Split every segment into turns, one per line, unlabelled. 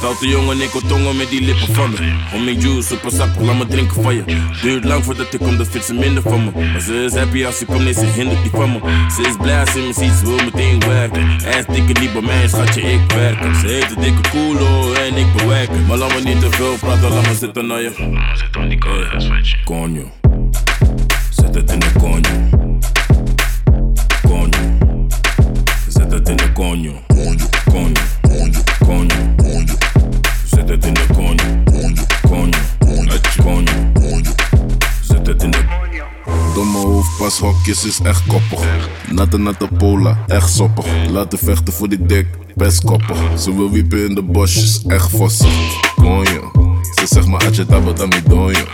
grote jongen, ik hoor tongen met die lippen van me. Homing juice, super sap, laat me drinken van je. Duurt lang voordat ik kom, dat vindt ze minder van me. Maar ze is happy als ze komt, nee, ze hindert die van me. Ze is blij als ze me ziet, ze wil meteen werken. Hij is dikke niet bij mij, schatje, ik werk. hem. Ze heeft een dikke koelo en ik bewerk. hem. Maar laat me niet te veel praten, laat me zitten naar je. Zit aan die koude switch. Konjo. Zet het in de konjo. Konjo. Zet het in de konjo. Konjo. Konjo. Konjo. Konjo. Konjo. Zet het in de konjo. Konjo. Konjo. Konjo. Konjo. Zet het in de
Domme hoofdpas, hokjes is echt koppig. Natte natte pola, echt soppig. Laten vechten voor die dik, best koppig. Ze wil wiepen in de bosjes, echt vossig. Konjo, ze zegt maar atje tabat aan midonjo.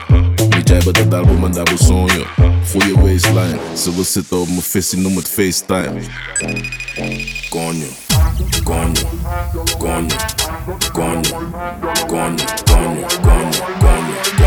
Niet jij bent de daarbo, maar daarbo sonjo. Voel je waistline, ze wil zitten op mijn visie, noem het FaceTime.
Konjo. Konjo. Konjo. Konjo. Konjo. Konjo. Konjo. Konjo. Konjo.